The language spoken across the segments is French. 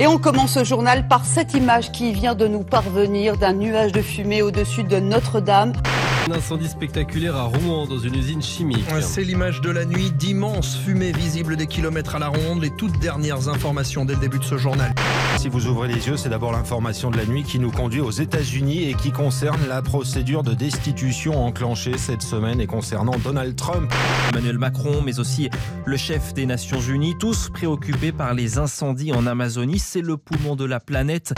Et on commence ce journal par cette image qui vient de nous parvenir d'un nuage de fumée au-dessus de Notre-Dame. Un incendie spectaculaire à Rouen dans une usine chimique. C'est l'image de la nuit, d'immenses fumées visibles des kilomètres à la ronde, les toutes dernières informations dès le début de ce journal. Si vous ouvrez les yeux, c'est d'abord l'information de la nuit qui nous conduit aux États-Unis et qui concerne la procédure de destitution enclenchée cette semaine et concernant Donald Trump. Emmanuel Macron, mais aussi le chef des Nations Unies, tous préoccupés par les incendies en Amazonie, c'est le poumon de la planète.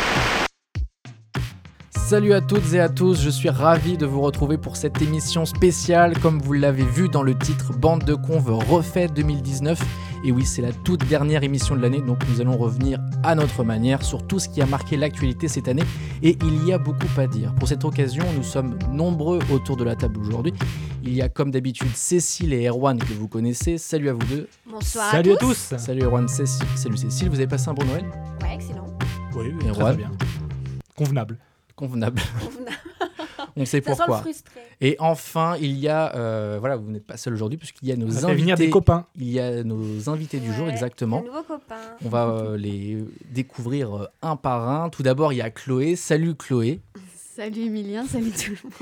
Salut à toutes et à tous, je suis ravi de vous retrouver pour cette émission spéciale. Comme vous l'avez vu dans le titre, Bande de Conve refait 2019. Et oui, c'est la toute dernière émission de l'année, donc nous allons revenir à notre manière sur tout ce qui a marqué l'actualité cette année. Et il y a beaucoup à dire. Pour cette occasion, nous sommes nombreux autour de la table aujourd'hui. Il y a comme d'habitude Cécile et Erwan que vous connaissez. Salut à vous deux. Bonsoir. Salut à tous. Salut Erwan, Cécile. Salut Cécile, vous avez passé un bon Noël Ouais, excellent. Oui, Et très, Juan. très bien. Convenable. Convenable. Convenable. On sait Ah, Ça sent le pourquoi. frustré. Et enfin, il y a, euh, voilà, vous n'êtes pas seul aujourd'hui puisqu'il y a nos On a fait invités. venir des copains. Il y a nos invités du jour Ouais, exactement. Le nouveau copain. On va euh, les découvrir euh, un par un. Tout d'abord, il y a Chloé. Salut Chloé. Salut Emilien, salut tout le monde.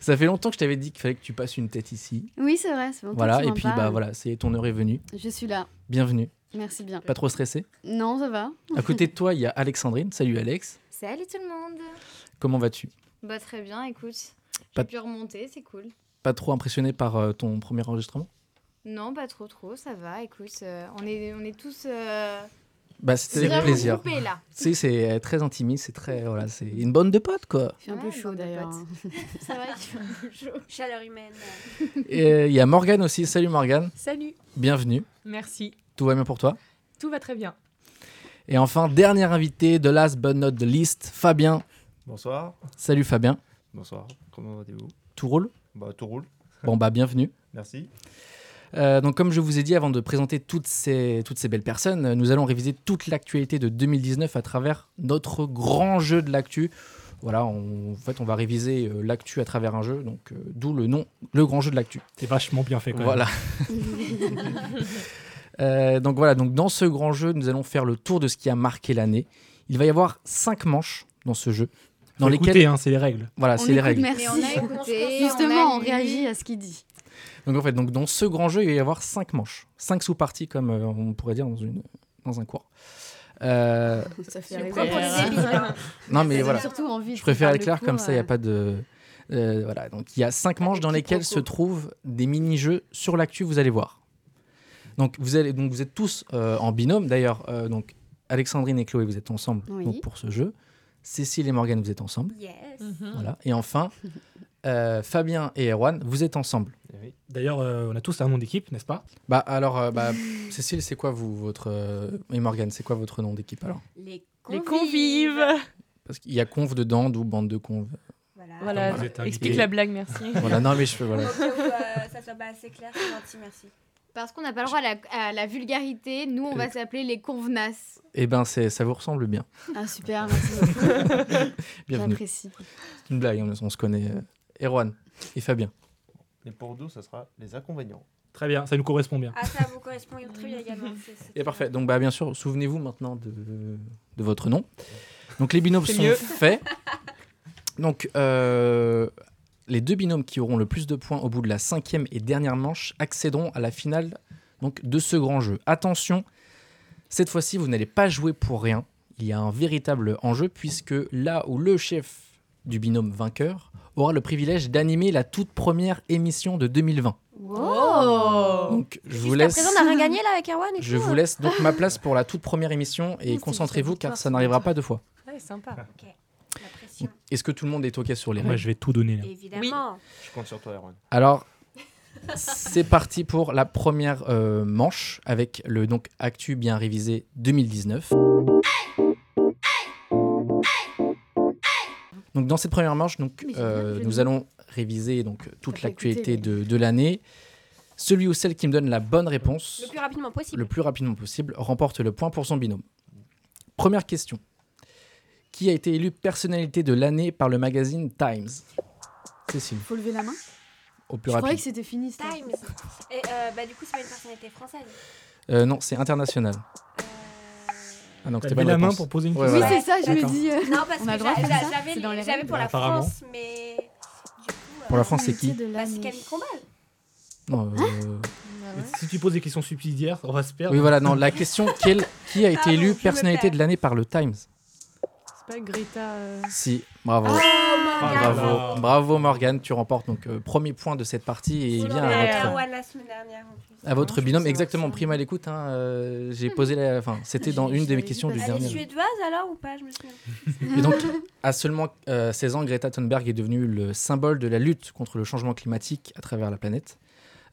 Ça fait longtemps que je t'avais dit qu'il fallait que tu passes une tête ici. Oui, c'est vrai, c'est bon. voilà, et puis bah voilà, c'est ton heure est venue. Je suis là, Bienvenue. merci bien. Pas trop stressé. Non, ça va À côté de toi, il y a Alexandrine. Salut Alex. Salut tout le monde Comment vas-tu Bah très bien, écoute. Pas- J'ai pu remonter, c'est cool. Pas trop impressionné par euh, ton premier enregistrement Non, pas trop trop, ça va, écoute. euh, on, est, on est tous... Euh, Bah c'était bien avec plaisir. regroupés, là. Tu sais, c'est euh, très intimiste, c'est très voilà, c'est une bande de potes quoi. Je suis un peu Ouais, chaud bande de d'ailleurs. potes. Ça va, il fait un peu chaud. Ah, Chaleur humaine. Et il y a Morgane aussi. Salut Morgane. Salut, Bienvenue. merci. Tout va bien pour toi Tout va très bien. Et enfin, dernier invité de Last But Not The List, Fabien. Bonsoir. Salut Fabien. Bonsoir. Comment allez-vous Tout roule Bah tout roule. Bon bah bienvenue. Merci. Euh, donc comme je vous ai dit avant de présenter toutes ces, toutes ces belles personnes, euh, nous allons réviser toute l'actualité de 2019 à travers notre grand jeu de l'actu. Voilà, on- en fait on va réviser euh, l'actu à travers un jeu, donc euh, d'où le nom, le grand jeu de l'actu. T'es vachement bien fait quand Voilà. Euh, donc voilà, donc dans ce grand jeu, nous allons faire le tour de ce qui a marqué l'année. Il va y avoir cinq manches dans ce jeu, dans Dans lesquelles l'écouter, hein, c'est les règles. voilà, On c'est les écoute, règles. Merci. Mais on a écouté, Justement, on, a lu. réagit à ce qu'il dit. Donc en fait, donc dans ce grand jeu, il va y avoir cinq manches, cinq sous-parties comme euh, on pourrait dire dans une dans un cours. Euh, Ça fait Je rêver. prends pour Ça des débiles. non donne mais voilà, surtout envie. je Ah, préfère être clair comme ça, il n'y euh. a pas de euh, voilà. Donc il y a cinq manches dans lesquelles se trouvent des mini-jeux sur l'actu. Vous allez voir. Donc vous allez donc vous êtes tous euh, en binôme d'ailleurs. euh, donc Alexandrine et Chloé, vous êtes ensemble Oui. donc, pour ce jeu. Cécile et Morgane, vous êtes ensemble. Yes. Mhm. Voilà. Et enfin, euh, Fabien et Erwan, vous êtes ensemble. Eh D'ailleurs, euh, on a tous un nom d'équipe, n'est-ce pas Bah alors, euh, bah, Cécile, c'est quoi vous, votre euh, et Morgane, c'est quoi votre nom d'équipe alors Les convives. Les convives. Parce qu'il y a conf dedans, d'où bande de conf. Voilà. Voilà, Vous êtes invité. explique la blague, merci. Voilà, non mais je fais Au voilà. cas où, euh, ça soit pas assez clair, c'est gentil, merci. Parce qu'on n'a pas le droit à la, à la vulgarité, nous on va s'appeler les convenasses. Eh ben c'est, ça vous ressemble bien. Ah super, merci beaucoup. Bienvenue. J'apprécie. C'est une blague, on, on se connaît. euh, Erwan et Fabien. Et pour nous, ça sera les inconvénients. Très bien, ça nous correspond bien. Ah, ça vous correspond très bien également. c'est- c'est Et très parfait. bien. Donc bah bien sûr, souvenez-vous maintenant de, de votre nom. Donc les binômes C'est sont mieux. faits. Donc euh, les deux binômes qui auront le plus de points au bout de la cinquième et dernière manche accéderont à la finale donc, de ce grand jeu. Attention, cette fois-ci vous n'allez pas jouer pour rien. Il y a un véritable enjeu puisque là où le chef du binôme vainqueur aura le privilège d'animer la toute première émission de 2020. Oh. Donc je vous Jusqu'à laisse. présent, On n'a rien gagné là avec Erwan et Je tout. vous laisse donc ma place pour la toute première émission Oui, et c'est concentrez-vous une car victoire, ça n'arrivera pas deux fois. Ouais, sympa. La pression. Est-ce que tout le monde est OK sur les Moi, règles je vais tout donner. là. Évidemment. Je compte sur toi, Erwan. Alors, c'est parti pour la première euh, manche avec le donc Actu bien révisé 2019. Donc dans cette première manche, donc, Mais j'ai euh, bien le jeu de nous mots. allons réviser donc toute fait l'actualité écouter, de, de l'année. Celui ou celle qui me donne la bonne réponse Le plus rapidement possible. le plus rapidement possible remporte le point pour son binôme. Première question. Qui a été élu personnalité de l'année par le magazine Times Cécile, Faut lever la main. au plus Je croyais rapide. que c'était fini. ça. Times. Et euh, bah, du coup, c'est pas une personnalité française. Euh, non, c'est international. Euh, Ah, donc T'as c'était pas mis la la main réponse. pour poser une Ouais, question. ouais. Oui, c'est ça, je me D'accord. dis. euh, Non, parce on que a le droit de j'a- faire ça j'a- j'avais C'est dans les j'avais règles. pour la Apparemment. France, mais. euh, Pour la France, c'est qui de Bah, c'est l'année. Camille Combal. Non, euh, Mais Si tu poses des questions subsidiaires, on va se perdre. Oui, voilà, non, la question quel- qui a été Pardon, je élu me personnalité perds. de l'année par le Times C'est pas Greta. euh, Si, bravo. Ah, bravo, bravo Morgane, tu remportes donc euh, premier point de cette partie et On en bien parlait à à votre, Erwan la semaine dernière. en plus. à votre je binôme. pensais Exactement, avoir ça. prime à l'écoute. hein, euh, J'ai posé la. Enfin, c'était dans Je- une je des l'avais questions vu du passer. Elle est dernier. suédoise alors ou pas Je me souviens. Et donc, à seulement euh, 16 ans, Greta Thunberg est devenue le symbole de la lutte contre le changement climatique à travers la planète.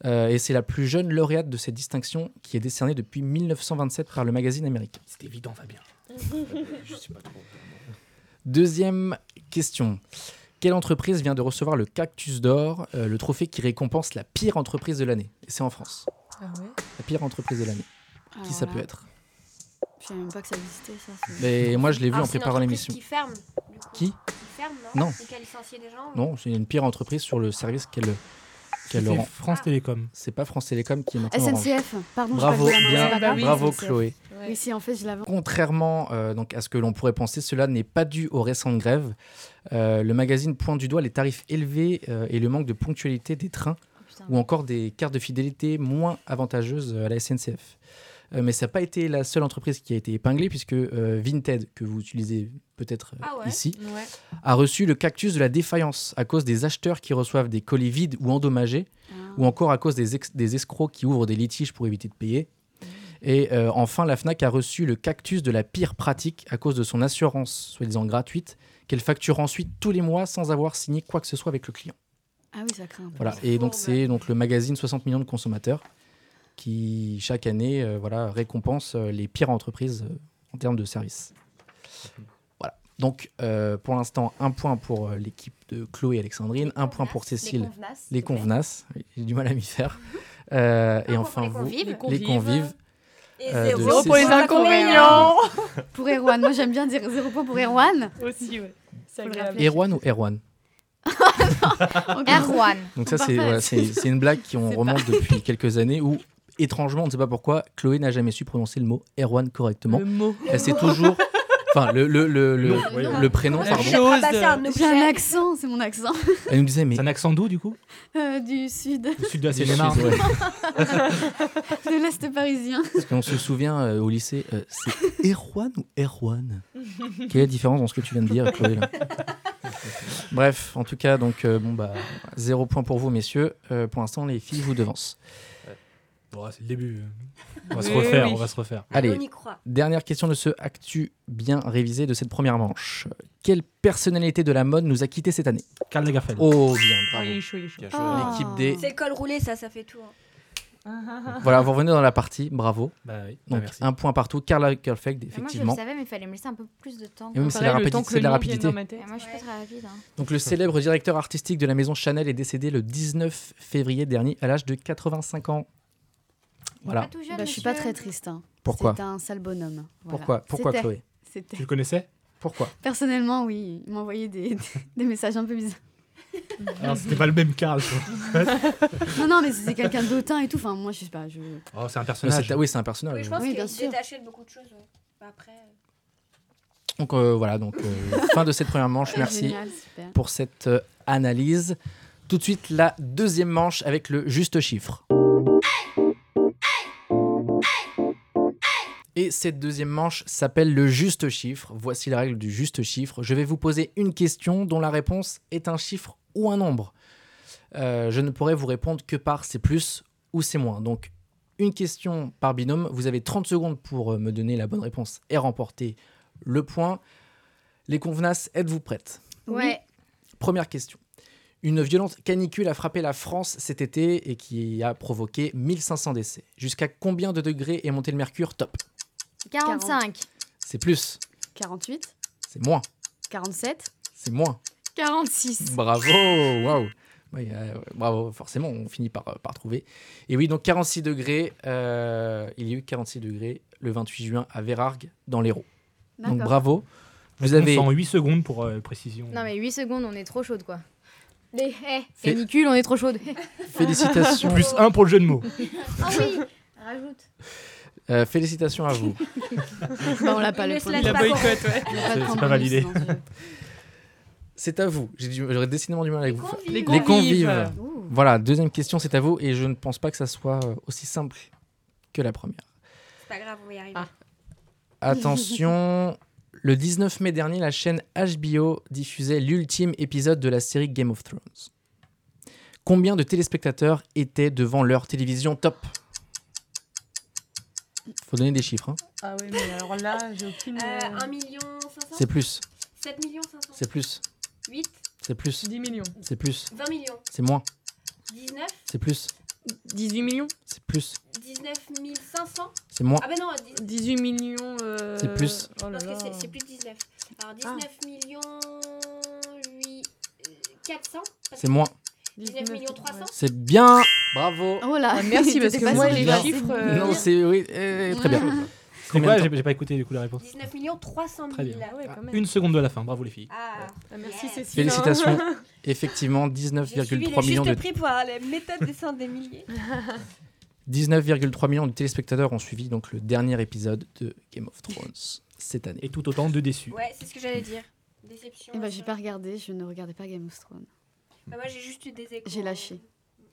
Euh, et c'est la plus jeune lauréate de cette distinction qui est décernée depuis 1927 par le magazine américain. C'est évident, Fabien. Je sais pas trop. Deuxième question. Quelle entreprise vient de recevoir le Cactus d'Or, euh, le trophée qui récompense la pire entreprise de l'année Et c'est en France. Ah ouais La pire entreprise de l'année. Alors qui ça là, peut être Je savais même pas que ça existait, ça. c'est- Mais moi, je l'ai vu Alors, en Ah, c'est une préparant entreprise l'émission. Qui ferme du coup. Qui Qui ferme, non Non. Et qui a licencié des gens Non, c'est une pire entreprise sur le service qu'elle qu'elle C'est rend. Ah. France Télécom. C'est pas France Télécom qui est maintenant Orange. SNCF, pardon. j'ai Bravo, pas levé la main, bien, Bah Ah c'est pas grave. oui, bravo SNCF. Chloé. Oui, si, en fait, je l'avais. Contrairement euh, donc à ce que l'on pourrait penser, cela n'est pas dû aux récentes grèves. Euh, le magazine pointe du doigt les tarifs élevés euh, et le manque de ponctualité des trains Oh, ou encore des cartes de fidélité moins avantageuses à la SNCF. Euh, mais ça n'a pas été la seule entreprise qui a été épinglée puisque euh, Vinted, que vous utilisez peut-être euh, Ah ouais ici, Ouais. a reçu le cactus de la défaillance à cause des acheteurs qui reçoivent des colis vides ou endommagés, ou encore à cause des, ex- des escrocs qui ouvrent des litiges pour éviter de payer. Et euh, enfin, la FNAC a reçu le cactus de la pire pratique à cause de son assurance, soi-disant gratuite, qu'elle facture ensuite tous les mois sans avoir signé quoi que ce soit avec le client. Ah oui, ça craint un peu. Voilà. C'est Et fou, donc, ouais. c'est donc le magazine 60 millions de consommateurs qui, chaque année, euh, voilà, récompense euh, les pires entreprises euh, en termes de services. Mhm. Voilà. Donc, euh, pour l'instant, un point pour euh, l'équipe de Chloé et Alexandrine, un point pour Cécile, les convenasses. J'ai du mal à m'y faire. Euh, et Mhm. Un point enfin, Ah, pour vous, les convives. les convives. Et Euh, de zéro six- pour les inconvénients. Pour Erwan, moi j'aime bien dire zéro point pour Erwan. Aussi, ouais. C'est Faut le agréable. Erwan ou Erwan Erwan. Donc, ça, c'est Parfait. voilà, c'est- c'est une blague qui on C'est remonte depuis quelques années où, étrangement, on ne sait pas pourquoi, Chloé n'a jamais su prononcer le mot Erwan correctement. Le mot. Elle sait toujours. Enfin, le, le, le, le, oui. le prénom, La pardon. chose. un J'ai un objet. accent, c'est mon accent Elle nous disait, mais. C'est un accent d'où, du coup euh, du sud, Du sud de la Du Seine-et-Marne. Sud, ouais. de l'est parisien. Parce qu'on se souvient euh, au lycée, euh, c'est Erwan ou Erwan Quelle est la différence dans ce que tu viens de dire, Chloé là Bref, en tout cas, donc, euh, bon, bah, zéro point pour vous, messieurs. Euh, pour l'instant, les filles vous devancent. Bon, c'est le début. On va se Oui, refaire, oui. on va se refaire. Allez, On y croit. Dernière question de ce actu bien révisé de cette première manche. Quelle personnalité de la mode nous a quitté cette année Karl Lagerfeld. Oh bien, bravo. Oui, chaud, il est chaud. Bien Ah. joué. L'équipe des. C'est le col roulé, ça, ça fait tout. hein. Voilà, vous revenez dans la partie, bravo. Bah oui, bah Donc merci. un point partout, Karl Mais Ah, Moi, je Lagerfeld, le effectivement. savais, mais il fallait me laisser un peu plus de temps. Et oui, mais c'est la, Pareil, le rapidi- temps que c'est le de la nom vienne rapidité. dans ma tête. Et moi, je suis Ah, pas très rapide. hein. Donc le célèbre directeur artistique de la maison Chanel est décédé le 19 février dernier à l'âge de 85 ans. Pas Voilà. tout jeune, Bah, je suis pas monsieur. très triste. hein. Pourquoi C'est un sale bonhomme. Voilà. Pourquoi Pourquoi C'était- Chloé C'était. Tu le connaissais Pourquoi Personnellement, oui, il m'envoyait des, des messages un peu bizarres. Alors, Ah, C'était pas le même Karl. quoi. Non, non, mais c'est quelqu'un d'autant et tout. Enfin, moi, je sais pas. Je... Oh, c'est un Mais personnage. c'est- Oui, c'est un Oui, personnage. je pense Oui, qu'il bien est sûr. détaché de beaucoup de choses. ouais. Bah, Après. euh, Donc euh, voilà, donc euh, fin de cette première manche. Merci. Génial, super. pour cette euh, analyse. Tout de suite, la deuxième manche avec le juste chiffre. Et cette deuxième manche s'appelle le juste chiffre. Voici la règle du juste chiffre. Je vais vous poser une question dont la réponse est un chiffre ou un nombre. Euh, je ne pourrai vous répondre que par c'est plus ou c'est moins. Donc, une question par binôme. Vous avez 30 secondes pour euh, me donner la bonne réponse et remporter le point. Les convenances, êtes-vous prêtes Ouais. Première question. Une violente canicule a frappé la France cet été et qui a provoqué 1500 décès. Jusqu'à combien de degrés est monté le mercure Top. 45. C'est plus, 48, c'est moins, 47, c'est moins. 46. Bravo, waouh. Oui, euh, ouais, bravo, forcément, on finit par, euh, par trouver. Et oui, donc 46 degrés, euh, il y a eu 46 degrés le 28 juin à Vérargues, dans l'Hérault. Donc d'accord. bravo. Vous Réponse avez en 8 secondes pour euh, précision. Non, mais 8 secondes, on est trop chaude, quoi. Les eh, Fais- canicule, on est trop chaude. félicitations. Plus 1 pour le jeu de mots. Ah oui Rajoute. Euh, félicitations à vous. Bah, on l'a pas, Il le ne point. se lâche pas, quoi. Il a pas de C'est- c'est compromis, pas validé. c'est dans C'est à vous. J'ai du- J'aurais décidément du mal avec vous. convives. Les convives. Ouh. Voilà, deuxième question, c'est à vous. Et je ne pense pas que ça soit euh, aussi simple que la première. C'est pas grave, on va y arriver. Attention, le 19 mai dernier, la chaîne HBO diffusait l'ultime épisode de la série Game of Thrones. Combien de téléspectateurs étaient devant leur télévision top Faut donner des chiffres. hein. Ah oui, mais alors là, j'ai aucune. 1 Euh, million 500 Euh, C'est plus. 7 millions 500 C'est plus. 8 C'est plus. 10 millions. C'est plus. 20 millions. C'est moins. 19 C'est plus. 18 millions C'est plus. 19 500 C'est moins. Ah bah non, 18 millions. euh, C'est plus. oh là Parce que là. c'est- c'est plus de 19. Alors 19 millions 400 parce C'est que- moins. 19 millions 300 C'est bien. Bravo. Oh là. Ah, merci, parce que T'étais pas moi, sur les là. chiffres, C'est euh, bien. Non, c'est oui, euh, très bien. C'est Combien quoi de J'ai temps j'ai pas écouté du coup la réponse. 19 millions 300 Très 000. bien. Ah ouais, quand même. Une seconde de la fin, bravo les filles. Ah, merci yes. Cécile. Félicitations. hein. Effectivement, J'ai suivi 19,3 le millions de juste prix pour avoir la méthode des cent des milliers. 19,3 millions de téléspectateurs ont suivi donc le dernier épisode de Game of Thrones cette année. Et tout autant de déçus. Ouais, c'est ce que j'allais dire. Déception. Eh ben, euh, j'ai pas regardé, je ne regardais pas Game of Thrones. bah, moi j'ai juste eu des échos. J'ai lâché.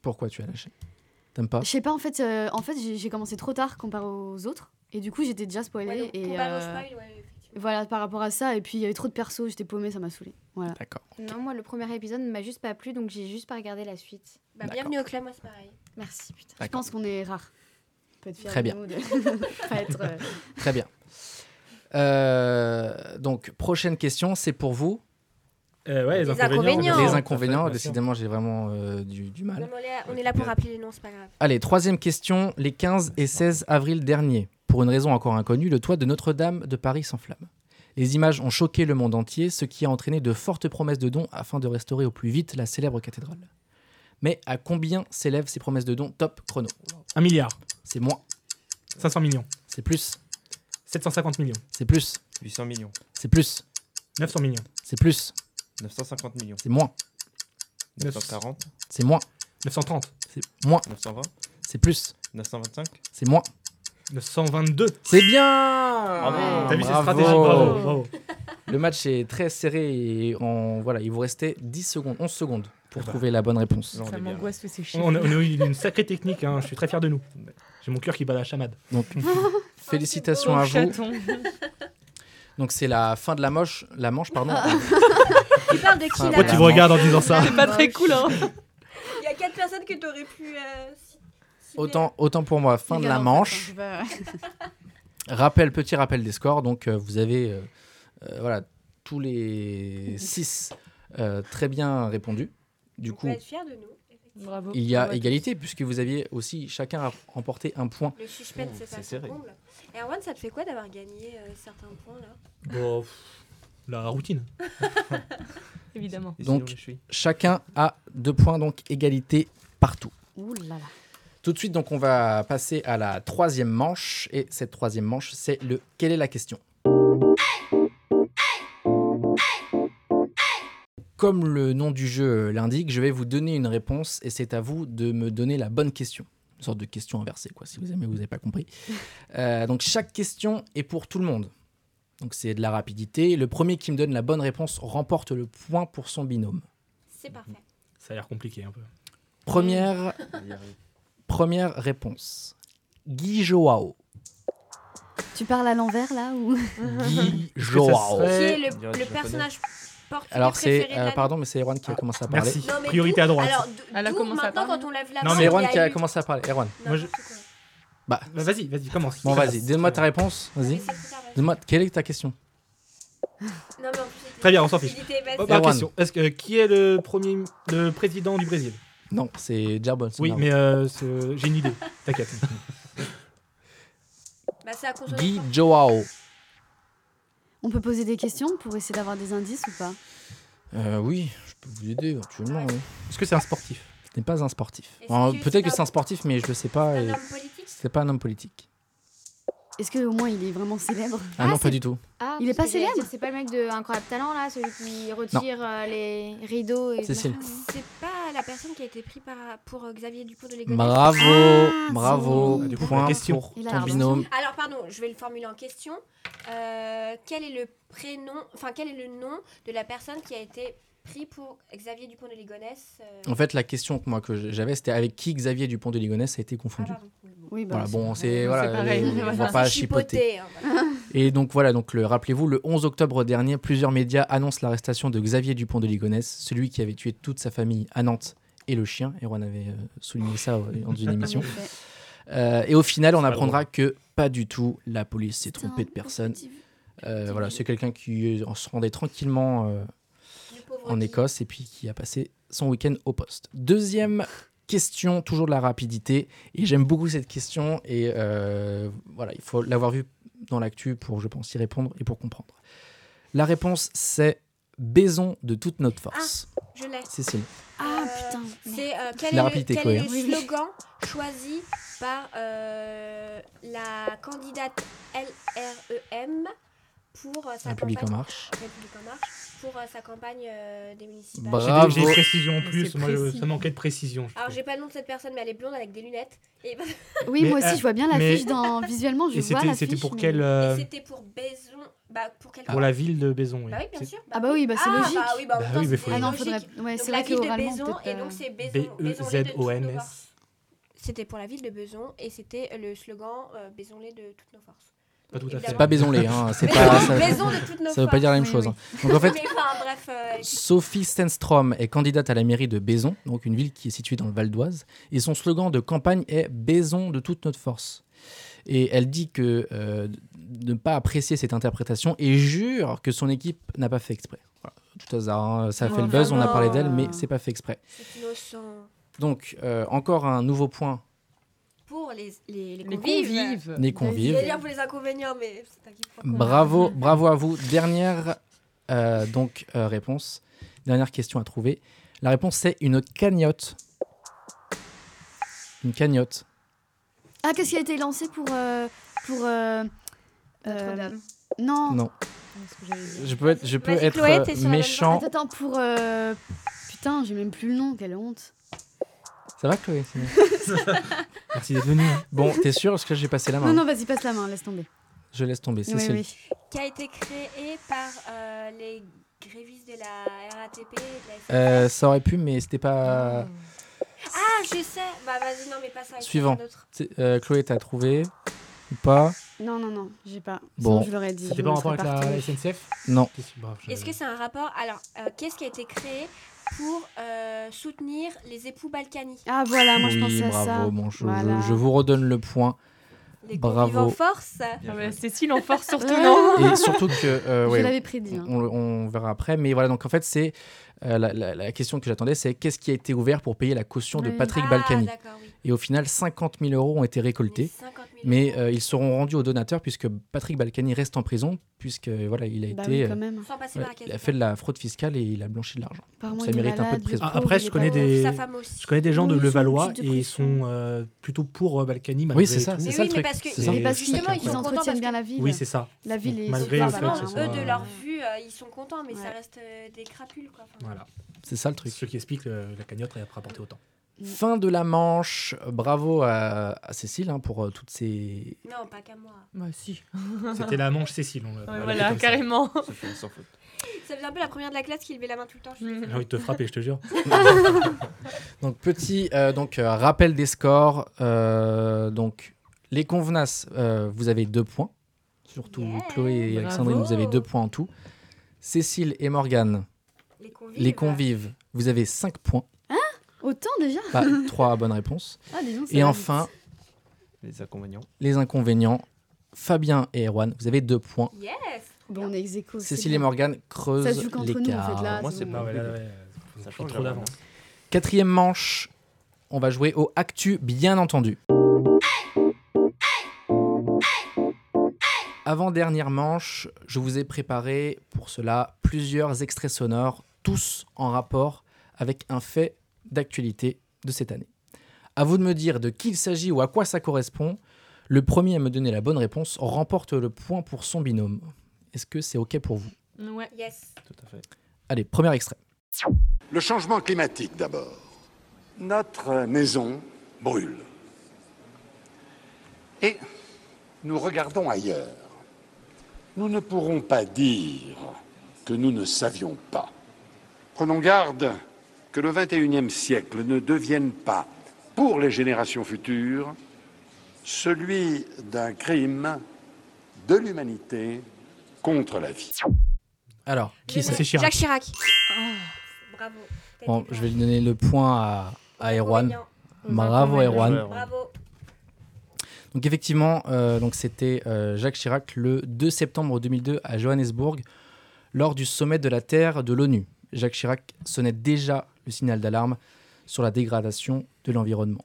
Pourquoi tu as lâché T'aimes pas Je sais pas, en fait, euh, en fait j'ai j'ai commencé trop tard comparé aux autres. Et du coup, j'étais déjà spoilée. Ouais, donc, et, comparé au euh, spoil, ouais, Voilà, par rapport à ça. Et puis, il y avait trop de persos, j'étais paumée, ça m'a saoulée. Voilà. D'accord. Non, moi, le premier épisode ne m'a juste pas plu, donc j'ai juste pas regardé la suite. Bah, bienvenue au club, moi c'est pareil. Merci, putain. Je D'accord. pense qu'on est rare. Peut être fier Très de bien. nous, de- pas être, euh, Très bien. Euh, donc, prochaine question, c'est pour vous. Euh, ouais, les, Les inconvénients. inconvénients. Les inconvénients, Tout à fait, bien sûr. décidément, j'ai vraiment euh, du, du mal. Non, mais on, est là, on est là pour rappeler les noms, c'est pas grave. Allez, troisième question. Les 15 et 16 avril dernier, pour une raison encore inconnue, le toit de Notre-Dame de Paris s'enflamme. Les images ont choqué le monde entier, ce qui a entraîné de fortes promesses de dons afin de restaurer au plus vite la célèbre cathédrale. Mais à combien s'élèvent ces promesses de dons top chrono Un milliard. C'est moins, 500 millions. c'est plus, 750 millions. c'est plus, 800 millions. c'est plus, 900 millions. c'est plus, 950 millions. c'est moins, 940. c'est moins, 930. c'est moins, 920. c'est plus, 925. c'est moins. 922. C'est bien Bravo. T'as vu, c'est Bravo. stratégique, bravo, bravo. Le match est très serré et on, voilà, il vous restait 10 secondes, 11 secondes pour Ah bah. trouver la bonne réponse. Ça m'angoisse tous ces chiffres. On a, on a eu une sacrée technique, hein, je suis très fier de nous. J'ai mon cœur qui bat la chamade. Donc, félicitations à Pauvre vous. chaton. Donc c'est la fin de la moche, la manche pardon. Tu parles de qui, Fin de là, Pourquoi la tu me manche. regardes en disant ça C'est pas très cool, hein. Il y a 4 personnes que t'aurais pu. euh, si- Autant, autant pour moi, fin de la manche. Rappel, petit rappel des scores. Donc, euh, vous avez euh, euh, voilà, tous les six euh, très bien répondu. Du On coup, peut être fiers de nous. effectivement. il y a égalité puisque vous aviez aussi chacun a remporté un point. Le suspense, Mmh, c'est ça. C'est comble. Et Erwan, ça te fait quoi d'avoir gagné euh, certains points là Bon, pff, la routine. Évidemment. Donc, chacun a deux points, donc égalité partout. Ouh là là. Tout de suite, donc, on va passer à la troisième manche. Et cette troisième manche, c'est le Quelle est la question Comme le nom du jeu l'indique, je vais vous donner une réponse et c'est à vous de me donner la bonne question. Une sorte de question inversée, quoi. Si vous aimez, vous n'avez pas compris. Euh, donc, chaque question est pour tout le monde. Donc, c'est de la rapidité. Le premier qui me donne la bonne réponse remporte le point pour son binôme. C'est parfait. Ça a l'air compliqué un peu. Première, première réponse. Guy Joao. Tu parles à l'envers là ou Mhm. Guy Est-ce que ça Joao. Qui serait- est le, le personnage portugais Alors c'est, préféré de euh, la- pardon, mais c'est Erwan qui a commencé à parler. Merci. Non, mais Priorité d'où- à droite. Alors, d- Elle a d'où commencé à maintenant, parler. quand on lève la Non, main, C'est mais- Erwan il y qui a eu- commencé à parler. Erwan. Moi, je- Bah, Bah, vas-y, vas-y, commence. bon vas-y, donne-moi ta réponse. Vas-y. Donne-moi quelle est ta question Non, mais en plus, il- Très bien, on s'en il fiche. était bête. Oh, bah, Erwan. question. Est-ce que qui est le premier le président du Brésil Non, c'est Jarbon. Oui, mais euh, c'est- j'ai une idée. T'inquiète. Bah, c'est à consonance. Guy Joao. On peut poser des questions pour essayer d'avoir des indices ou pas Euh, oui, je peux vous aider éventuellement. oui. Est-ce que c'est un sportif Ce n'est pas un sportif. Est-ce Alors, que Peut-être c'est que c'est un sportif, mais je ne sais pas. un et- homme politique C'est pas un homme politique. Est-ce qu'au moins il est vraiment célèbre Ah, non, pas du tout. Ah, il est parce que pas j'allais célèbre dire, C'est pas le mec de Incroyable Talent là, celui qui retire euh, les rideaux et Cécile. Ah, C'est pas la personne qui a été prise par, pour euh, Xavier Dupont de Ligonnès Bravo, bravo, Ah, du coup, la point question. pour Il a ton raison. binôme. Alors, pardon, je vais le formuler en question. Euh, quel est le prénom, enfin, quel est le nom de la personne qui a été pris pour Xavier Dupont de Ligonnès euh, En fait, la question que moi que j'avais, c'était avec qui Xavier Dupont de Ligonnès a été ah, confondu. Oui, bah, voilà, c'est bon, pareil. c'est C'est voilà, pareil, les- on voilà. va pas C'est chipoter. chipoté, hein, voilà. Et donc voilà, donc le rappelez-vous, le 11 octobre dernier, plusieurs médias annoncent l'arrestation de Xavier Dupont de Ligonnès, celui qui avait tué toute sa famille à Nantes et le chien. Et on avait euh, souligné ça euh, dans une émission. effet. Euh, et au final, on pas apprendra que pas du tout, la police s'est trompée de personne. Euh, voilà, c'est quelqu'un qui euh, se rendait tranquillement euh, en Écosse et puis qui a passé son week-end au poste. Deuxième question, toujours de la rapidité. Et j'aime beaucoup cette question. Et euh, voilà, il faut l'avoir vue dans l'actu pour, je pense, y répondre et pour comprendre. La réponse, c'est Baison de toute notre force. Je l'ai. Cécile. Ah putain. C'est euh, La quel, est le, rapidité, quel Chloé. est le Oui, oui. slogan choisi par euh, la candidate LREM pour euh, sa République campagne En Marche. République En Marche, pour euh, sa campagne euh, des municipales. Bravo. J'ai des précisions en Mais plus, c'est moi je, précis. ça manquait de précision. Alors j'ai pas le nom de cette personne, mais elle est blonde avec des lunettes. Et... Oui, Mais, moi aussi, euh, je vois bien l'affiche mais- dans... visuellement. Je Et vois c'était l'affiche. c'était pour mais- quelle euh, Et c'était pour Baison, bah pour quelle pour la ville de Bézon. oui. Bah oui, bien sûr. Ah bah oui, bah c'est Ah, logique. bah oui, bah, en Bah même oui, temps, mais c'était faut E le dire. Ah non, faudrait- logique. ouais, Donc, c'est la vrai ville de qu'oralement, Bézon, peut-être, et donc euh, c'est Bézon. Bézonlé de toutes nos forces. B-E-Z-O-N-S. C'était pour la ville de Bézon et c'était le slogan euh, Bézonlé de toutes nos forces. Pas tout à fait. C'est pas Baison-les, hein, c'est pas- ça- Bézon de toutes nos ça veut pas dire la même forces. chose, hein. Donc, en fait- Mais enfin, bref, euh, Sophie Stenstrom est candidate à la mairie de Bézon, donc une ville qui est située dans le Val d'Oise, et son slogan de campagne est Bézon de toute notre force. Et elle dit que euh, de ne pas apprécier cette interprétation et jure que son équipe n'a pas fait exprès. Voilà, tout hasard, hein, ça a fait Oh le buzz, on a là parlé là. d'elle, mais c'est pas fait exprès. c'est innocent. Donc euh, encore un nouveau point, Pour les, les, les Les convives. convives. Les convives. Bah, J'allais dire pour les inconvénients, mais c'est t'inquiète pas. Bravo, bravo à vous. Dernière euh, donc euh, réponse, dernière question à trouver. La réponse c'est une cagnotte. Une cagnotte. Ah, qu'est-ce qui a été lancé pour. euh, pour euh, euh, non. Non. Je peux être, je peux Vas-y, être Chloé, euh, t'es sur la bonne voie. méchant. Attends, attends, pour. euh, Putain, j'ai même plus le nom, quelle honte. Ça va Chloé sinon Merci d'être venu. Bon, t'es sûr parce que j'ai passé la main. Non, non, vas-y, passe la main, laisse tomber. Je laisse tomber. Oui, Cécile. oui. Qui a été créé par euh, les grévistes de la RATP et de la SNCF. Euh, ça aurait pu, mais c'était pas Ah, je sais. Bah vas-y, non, mais pas ça. Euh, suivant. un autre. C'est- euh, Chloé, t'as trouvé ou pas Non, non, non, j'ai pas. Bon. Sinon, je l'aurais dit. C'était je pas en me rapport serais avec la, partie. la SNCF Non. Qu'est-ce que- bah, je- Est-ce que c'est un rapport Alors, euh, qu'est-ce qui a été créé pour euh, soutenir les époux Balkany Ah voilà, moi oui, je pensais à bravo. ça. Bon, je, Voilà. je- je vous redonne le point. Les convives en bravo. force Cécile en force surtout, Ouais. non Et surtout que. euh, Je ouais, l'avais prédit, hein. On, on verra après. Mais voilà, donc en fait, c'est. euh, la, la- la question que j'attendais, c'est qu'est-ce qui a été ouvert pour payer la caution de Oui. Patrick Ah, Balkany d'accord, oui. Et au final, 50 000 euros ont été récoltés. 50 000 Mais euh, ils seront rendus aux donateurs puisque Patrick Balkany reste en prison, puisque voilà, il a Bah été. oui, quand euh, même. Sans passer ouais, par la il a case fait de la fraude fiscale et il a blanchi de l'argent. Par Donc moi, euh, ça il est mérite un peu malade, de le prison. Ah, pauvre, après, il je est connais, pas des... Sa femme aussi. je connais des gens Oui, de ils sont Levallois obligés de et ils sont euh, plutôt pour euh, Balkany malgré Oui, c'est ça, tout. c'est Mais ça oui, le mais truc. parce que- C'est ça. Mais parce C'est qu'ils ça qui est ils important, parce entretiennent que- bien la ville. Oui, c'est ça. La ville est Malgré super le fait que Apparemment, ce valorisante. soit- eux, de leur vue, euh, ils sont contents, mais ça reste euh, des crapules. Quoi. Enfin, Voilà. C'est ça le truc. Ce qui explique euh, la cagnotte et après rapporté autant. Fin de la manche. Bravo à, à Cécile hein, pour euh, toutes ces. Non, pas qu'à moi. Bah si. C'était la manche Cécile. On l'a- on l'a Ouais, fait voilà, comme ça. carrément. Ça faisait un peu la première de la classe qui levait la main tout le temps. je suis Mhm. désolée. J'ai envie de te frapper, je te jure. Donc petit euh, donc euh, rappel des scores. Euh, donc les convenances, euh, vous avez deux points. Surtout Chloé et Bravo. Alexandrine, vous avez deux points en tout. Cécile et Morgane, Les convives. les convives, vous avez cinq points. Autant déjà Bah, trois bonnes réponses. Ah, dis donc, ça Et va enfin, Les inconvénients. les inconvénients. Fabien et Erwan, vous avez deux points. Yes Bon, on est ex aequo, Oh, c'est Cécile bien. et Morgane creusent Ça se joue qu'entre nous, en fait, l'écart. là, Moi, c'est c'est Mmh. bon. pas- Ah ouais, là, ouais, ouais, Ça on a pris change trop la d'avance. Quatrième manche, on va jouer au Actu, bien entendu. Avant-dernière manche, je vous ai préparé pour cela plusieurs extraits sonores, tous en rapport avec un fait d'actualité de cette année. À vous de me dire de qui il s'agit ou à quoi ça correspond. Le premier à me donner la bonne réponse remporte le point pour son binôme. Est-ce que c'est OK pour vous Ouais. Yes. Tout à fait. Allez, premier extrait. Le changement climatique d'abord. Notre maison brûle. Et nous regardons ailleurs. Nous ne pourrons pas dire que nous ne savions pas. Prenons garde que le XXIe siècle ne devienne pas, pour les générations futures, celui d'un crime de l'humanité contre la vie. Alors, qui c'est Jacques Chirac. Oh. Bravo. Bon, je vais lui donner le point à, à Erwan. Oh, Bravo, Erwan. Bravo. Donc effectivement, euh, donc c'était euh, Jacques Chirac le 2 septembre 2002 à Johannesburg lors du sommet de la Terre de l'ONU. Jacques Chirac sonnait déjà le signal d'alarme sur la dégradation de l'environnement.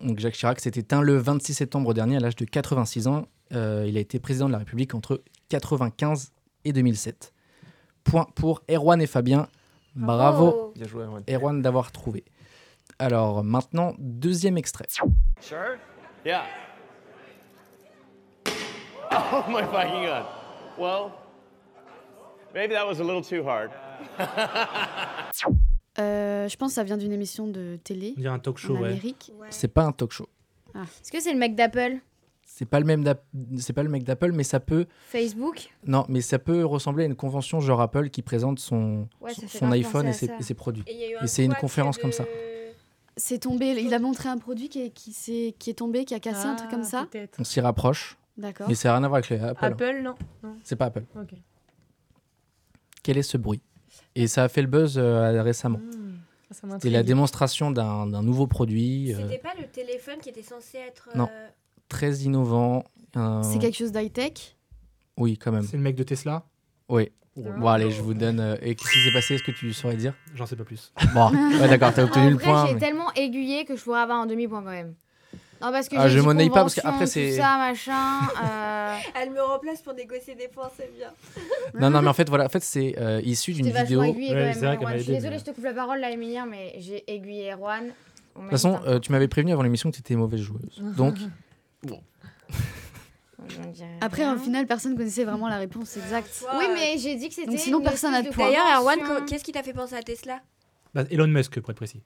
Donc Jacques Chirac s'est éteint le 26 septembre dernier à l'âge de 86 ans. Euh, il a été président de la République entre 1995 et 2007. Point pour Erwan et Fabien. Bravo, Bien joué, Erwan. Erwan d'avoir trouvé. Alors maintenant, deuxième extrait. Sure? Yeah. Oh my fucking god. Well, maybe that was a little too hard. Euh, je pense que ça vient d'une émission de télé. On dirait un talk show, en ouais. Amérique. C'est pas un talk show. Ah. Est-ce que c'est le mec d'Apple C'est pas le même d'App- c'est pas le mec d'Apple, mais ça peut Facebook non, mais ça peut ressembler à une convention genre Apple qui présente son Ouais, Ah, ça son, fait son grave iPhone penser et à ses, ça. et ses produits. Et il y a eu un c'est une couac conférence comme ça. C'est tombé. Il a montré un produit qui est, qui s'est- qui est tombé, qui a cassé un truc comme ça. On s'y rapproche. D'accord. Mais ça n'a rien à voir avec les Apple. hein. Apple, non. non. C'est pas Apple. Ok. Quel est ce bruit Et ça a fait le buzz euh, récemment. Mmh, Ah, ça C'était m'intrigue. la démonstration d'un d'un nouveau produit euh, C'était pas le téléphone qui était censé être. Non. euh, très innovant. un- C'est quelque chose d'high-tech Oui, quand même. C'est le mec de Tesla Oui. Ouais. Bon, allez, je vous donne. euh, Et qu'est-ce qui s'est passé Est-ce que tu saurais dire J'en sais pas plus. Bon, ouais, d'accord, t'as obtenu en le vrai, point. J'ai mais- tellement aiguillé que je pourrais avoir un demi-point quand même. Non, parce que Ah, j'ai je dit monnaie pas, parce convention, qu'après, tout c'est- ça, machin. euh, Elle me remplace pour négocier des points, c'est bien. Non, non, mais en fait, voilà, en fait, c'est euh, issu d'une hein. J'étais vachement vidéo. aiguillée quand Ouais, même, c'est vrai Erwan. qu'elle m'a Je suis aidé, désolée, mais- je te coupe la parole là, Emilia, mais j'ai aiguillé Erwan. On De m'a toute façon, dit, euh, tu m'avais prévenu avant l'émission que tu étais mauvaise joueuse. Donc, on dirait Après, rien. au final, personne connaissait vraiment la réponse exacte. Oui, mais j'ai dit que c'était. Donc sinon, une personne n'a espèce de points. D'ailleurs, Erwan, convention. co- qu'est-ce qui t'a fait penser à Tesla Bah, Elon Musk, pour être précis.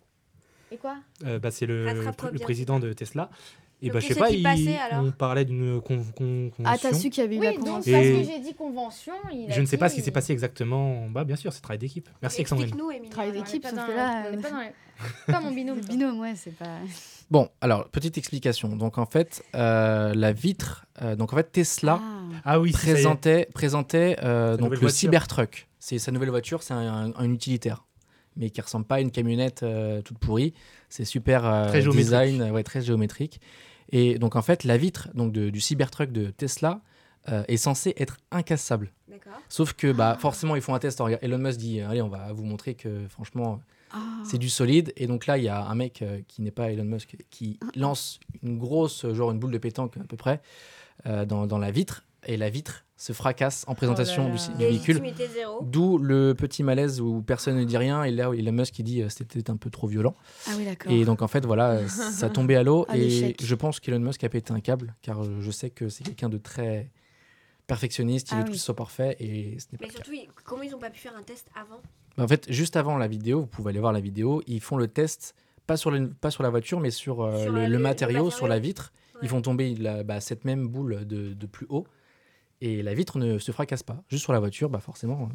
Et quoi Euh, bah, c'est le, Rattrape-toi le bien. président de Tesla. Et Donc, bah, je sais qu'est-ce pas, qui il, passait, alors on parlait d'une con- con- convention. Ah, t'as su qu'il y avait eu Oui, la donc, convention. parce que Et- j'ai dit convention. Je ne sais pas ce qui s'est passé exactement. Bah, bien sûr, c'est travail d'équipe. Merci, Alexandrine. Explique-nous, Émilie. Travail On est d'équipe, pas sauf dans- que là, euh, on est pas dans les- Pas mon binôme. euh, Binôme, ouais, c'est pas. bon, alors, petite explication. Donc, en fait, euh, la vitre. euh, donc, en fait, Tesla Ah oui, si, ça y est. présentait, présentait euh, donc, le nouvelle voiture. Cybertruck. C'est sa nouvelle voiture, c'est un, un utilitaire. Mais qui ressemble pas à une camionnette euh, toute pourrie. C'est super euh, Très géométrique. design, euh, ouais, très géométrique. Et donc, en fait, la vitre donc, de- du Cybertruck de Tesla euh, est censée être incassable. D'accord. Sauf que bah, forcément, ils font un test. Regarde, Elon Musk dit Allez, on va vous montrer que franchement, Ah. c'est du solide. Et donc là, il y a un mec euh, qui n'est pas Elon Musk qui lance une grosse, euh, genre une boule de pétanque à peu près, euh, dans, dans la vitre. Et la vitre se fracasse en présentation là du là. si- du, véhicule. Légitimité zéro. D'où le petit malaise où personne ne dit rien. Et là, où Elon Musk qui dit euh, C'était un peu trop violent. Ah oui, d'accord. Et donc en fait, voilà, euh, ça tombait à l'eau. À et l'échec. je pense qu'Elon Musk a pété un câble, car euh, je sais que c'est quelqu'un de très perfectionniste, il Ah veut que oui. tout soit parfait et ce n'est pas le Mais cas. surtout, ils- comment ils ont pas pu faire un test avant En fait, juste avant la vidéo, vous pouvez aller voir la vidéo, ils font le test, pas sur, le- pas sur la voiture, mais sur, euh, Sur le, le- le le matériau, sur la matériau. vitre. Ils font tomber la- bah, cette même boule de, de plus haut. Et la vitre ne se fracasse pas. Juste sur la voiture, bah forcément, euh,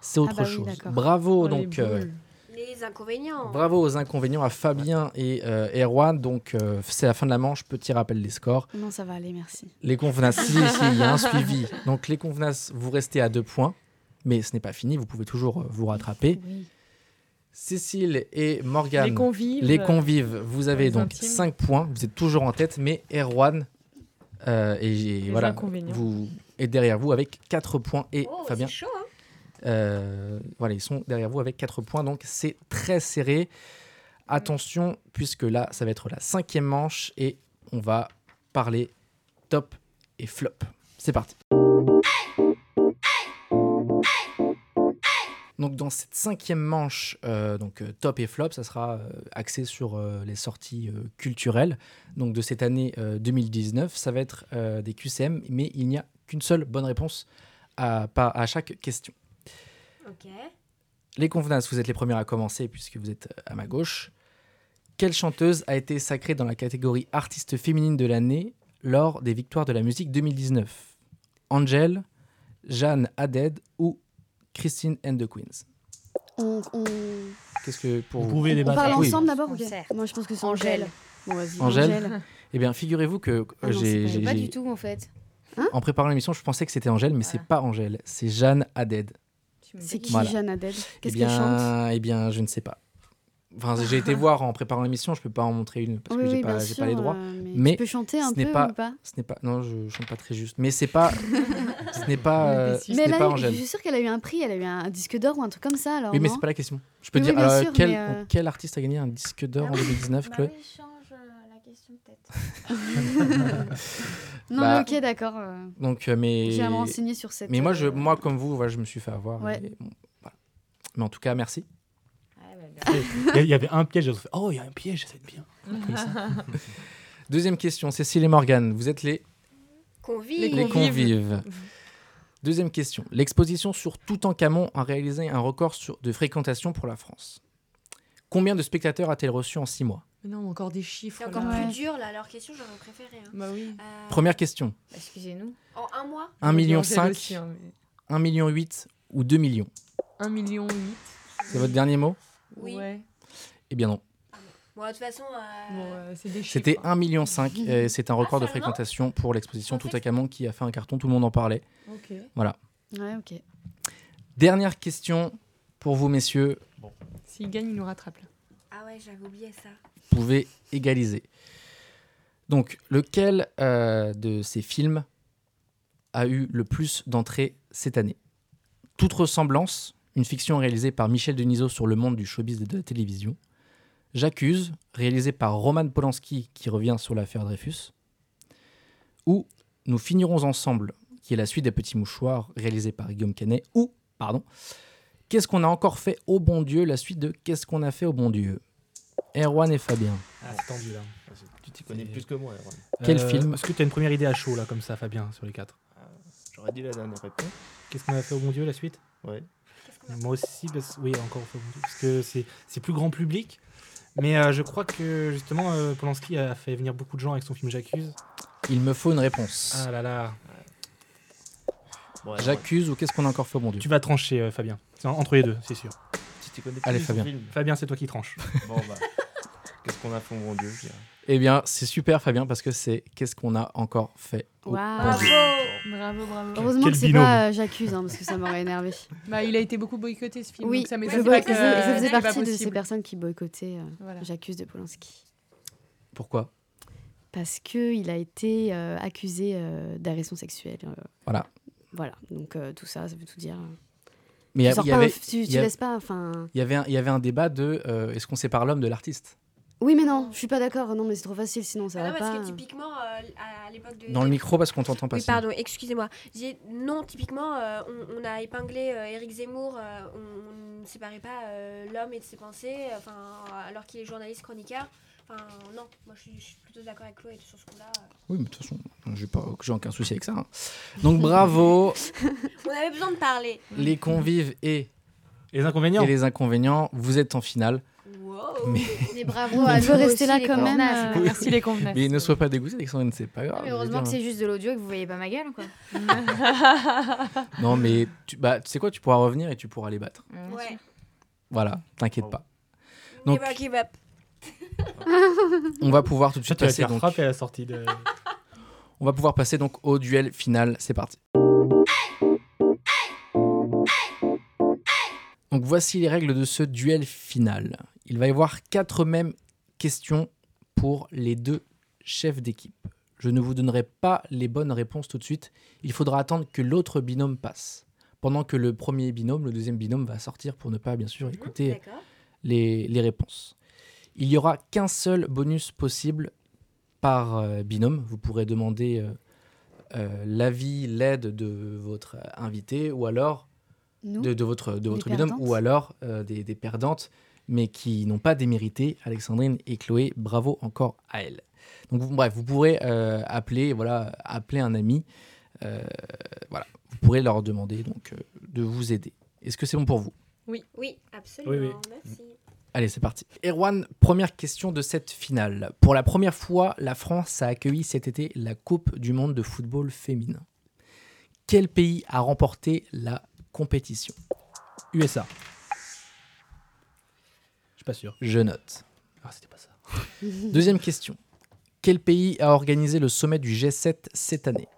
c'est Ah autre bah oui, chose. d'accord. Bravo, Oh, les donc. euh, boules. Les inconvénients. Bravo aux inconvénients à Fabien et euh, Erwan. Donc, euh, c'est la fin de la manche. Petit rappel des scores. Non, ça va aller, merci. Les convenances, si, si, il y a un suivi. Donc, les convenances, vous restez à deux points. Mais ce n'est pas fini. Vous pouvez toujours euh, vous rattraper. Cécile et Morgane. Les convives. Les convives. Vous avez Les donc intimes. 5 points. Vous êtes toujours en tête. Mais Erwan euh, et j'ai- voilà, inconvénients. vous est derrière vous avec 4 points. Et Oh, Fabien. c'est chaud, hein Euh, voilà, ils sont derrière vous avec 4 points, donc c'est très serré. Attention, puisque là, ça va être la cinquième manche et on va parler top et flop. C'est parti. Donc dans cette cinquième manche, euh, donc euh, top et flop, ça sera euh, axé sur euh, les sorties euh, culturelles. Donc de cette année euh, 2019, ça va être euh, des QCM, mais il n'y a qu'une seule bonne réponse à, pas- à chaque question. hein. Ok. Les convenances, vous êtes les premiers à commencer puisque vous êtes euh, à ma gauche. Quelle chanteuse a été sacrée dans la catégorie artiste féminine de l'année lors des victoires de la musique 2019 Angel, Jeanne Haddad ou Christine and the Queens On, on- Qu'est-ce que pour on vous, parle Oui. ensemble d'abord ok. Moi, je pense que c'est Angèle. Bon, vas-y. Angèle. Eh bien, figurez-vous que euh, Ah non, c'est j'ai, pas- j'ai- pas du j'ai- tout, en fait. en préparant l'émission, je pensais que c'était Angèle, mais c'est pas Angèle, c'est Jeanne Haddad. C'est qui Voilà. Jeanne Haddad Eh Qu'est-ce bien, qu'elle chante eh bien, je ne sais pas. Enfin, j'ai été voir en préparant l'émission, je peux pas en montrer une parce Oui, que j'ai oui, pas, bien j'ai sûr, pas les droits. euh, mais tu mais peux chanter un ce n'est peu pas, ou pas Ce n'est pas. Non, je chante pas très juste. Mais c'est pas. ce n'est pas. euh, ce mais elle n'est a pas eu- Angèle. je suis sûre qu'elle a eu un prix, elle a eu un disque d'or ou un truc comme ça. Alors, Oui, mais non c'est pas la question. Je peux Oui, dire oui, bien alors, sûr, quel, mais, euh, Ah Bah quel artiste a gagné un disque d'or en 2019, Chloé change la question peut-être. Non, Bah, mais ok, d'accord. euh, Donc, euh, mais. J'ai à me renseigner sur cette. Mais moi, je, euh, moi comme vous, voilà, je me suis fait avoir. Ouais. et bon, voilà. Mais en tout cas, merci. Il y a- il y avait un piège. ils ont fait, Oh, il y a un piège, ça va être bien. Comme ça. Deuxième question, Cécile et Morgane, vous êtes les, Convive. les convives. Deuxième question, l'exposition sur Toutankhamon a réalisé un record sur- de fréquentation pour la France. Combien de spectateurs a-t-elle reçu en six mois Mais non, encore des chiffres. C'est encore là. plus dur là, leur question j'aurais préféré. hein. Bah oui. Euh, Première question, Excusez-nous. En un mois 1,5 million, Angèle aussi, hein, mais- 1,8 million ou 2 millions 1 million 8. C'est votre dernier mot Oui. Ouais. Eh bien non, Bon, de toute façon. euh, Bon, euh, c'est des chiffres. c'était 1,5 million et c'est un record de seulement fréquentation pour l'exposition Toutankhamon qui a fait un carton, tout le monde en parlait. Ok. Voilà. Ouais, ok. Dernière question pour vous, messieurs. S'il gagne, il nous rattrape là. Ah ouais, j'avais oublié ça. Vous pouvez égaliser. Donc, lequel euh, de ces films a eu le plus d'entrées cette année Toute ressemblance, une fiction réalisée par Michel Denisot sur le monde du showbiz de la télévision. J'accuse, réalisé par Roman Polanski qui revient sur l'affaire Dreyfus. Ou Nous finirons ensemble, qui est la suite des Petits Mouchoirs, réalisé par Guillaume Canet. Ou, pardon, Qu'est-ce qu'on a encore fait au bon Dieu La suite de Qu'est-ce qu'on a fait au bon Dieu Erwan et Fabien. Ah, c'est tendu là. Tu t'y connais plus que moi. Erwan. Quel film Euh, Est-ce que tu as une première idée à chaud là, comme ça, Fabien, sur les quatre J'aurais dit la dernière réponse. Qu'est-ce qu'on a fait au bon Dieu la suite Ouais. Moi aussi, parce, oui, encore au bon Dieu, parce que c'est c'est plus grand public. Mais euh, je crois que justement, euh, Polanski a fait venir beaucoup de gens avec son film J'accuse. Il me faut une réponse. Ah là là. J'accuse ou Qu'est-ce qu'on a encore fait au bon Dieu Tu vas trancher, euh, Fabien. C'est en- entre les deux, c'est sûr. Tu t'y connais Allez, plus Fabien. en film. Fabien, c'est toi qui tranches. Bon, bah. Qu'est-ce qu'on a fait au bon Dieu, je dirais. Eh bien, c'est super Fabien parce que c'est Qu'est-ce qu'on a encore fait au bon Ah Waouh Dieu Bravo, bravo. Heureusement Quel que c'est binôme. pas euh, J'accuse, hein, parce que ça m'aurait énervé. Bah, il a été beaucoup boycotté ce film. Oui, donc ça je, m'étonne boy- pas je- que, je faisais c'est pas partie de ces possible. personnes qui boycottaient euh, Voilà. J'accuse de Polanski. Pourquoi Parce qu'il a été euh, accusé euh, d'agression sexuelle. euh, Voilà. Voilà, donc euh, tout ça, ça veut tout dire. Mais tu il y sors il y pas un avait- f- tu- il tu y a- laisses pas, enfin- Il y avait un- il y avait un débat de euh, est-ce qu'on sépare l'homme de l'artiste Oui, mais non, je suis pas d'accord. Non, mais c'est trop facile, sinon ça Ah va non, parce pas. que typiquement, euh, à l'époque de. Dans le micro parce qu'on t'entend pas. Oui, sinon. pardon, excusez-moi. J'ai- Non, typiquement, euh, on, on a épinglé euh, Eric Zemmour, euh, on, on ne séparait pas euh, l'homme et de ses pensées, euh, enfin, alors qu'il est journaliste chroniqueur. Enfin, non, moi je suis, je suis plutôt d'accord avec Chloé sur ce coup-là. Oui, mais de toute façon, j'ai pas- j'ai aucun souci avec ça. hein. Donc bravo on avait besoin de parler. les convives et les inconvénients. Et les inconvénients, vous êtes en finale. Mais, Mais bravo, On à peut nous rester aussi, là les quand même, convenances. euh, Merci les convenances. mais ne sois pas dégoûté, Alexandrine, c'est pas grave. Mais je veux heureusement dire. que c'est juste de l'audio et que vous voyez pas ma gueule, quoi. Non, mais tu, bah, tu sais quoi, tu pourras revenir et tu pourras les battre. Ouais. Voilà, t'inquiète pas. Donc, bah, Never give up. on va pouvoir tout de Toi, suite tu vas te passer. faire Donc, frapper à la sortie de. on va pouvoir passer donc au duel final. C'est parti. Donc voici les règles de ce duel final. Il va y avoir quatre mêmes questions pour les deux chefs d'équipe. Je ne vous donnerai pas les bonnes réponses tout de suite. Il faudra attendre que l'autre binôme passe. Pendant que le premier binôme, le deuxième binôme va sortir pour ne pas bien Mhm. sûr écouter Hum, d'accord. les, les réponses. Il n'y aura qu'un seul bonus possible par euh, binôme. Vous pourrez demander euh, euh, l'avis, l'aide de votre euh, invité ou alors Nous de, de votre, de Des votre binôme, perdantes ou alors euh, des, des perdantes, mais qui n'ont pas démérité. Alexandrine et Chloé, bravo encore à elles. Donc vous- bref, vous pourrez euh, appeler, voilà, appeler un ami. euh, voilà, vous pourrez leur demander donc euh, de vous aider. Est-ce que c'est bon pour vous Oui. Oui, absolument. Oui, Hum. Merci. Allez, c'est parti. Erwan, première question de cette finale. Pour la première fois, la France a accueilli cet été la Coupe du monde de football féminin. Quel pays a remporté la compétition USA. Je suis pas sûr. Je note. Ah, c'était pas ça. Deuxième question. Quel pays a organisé le sommet du G7 cette année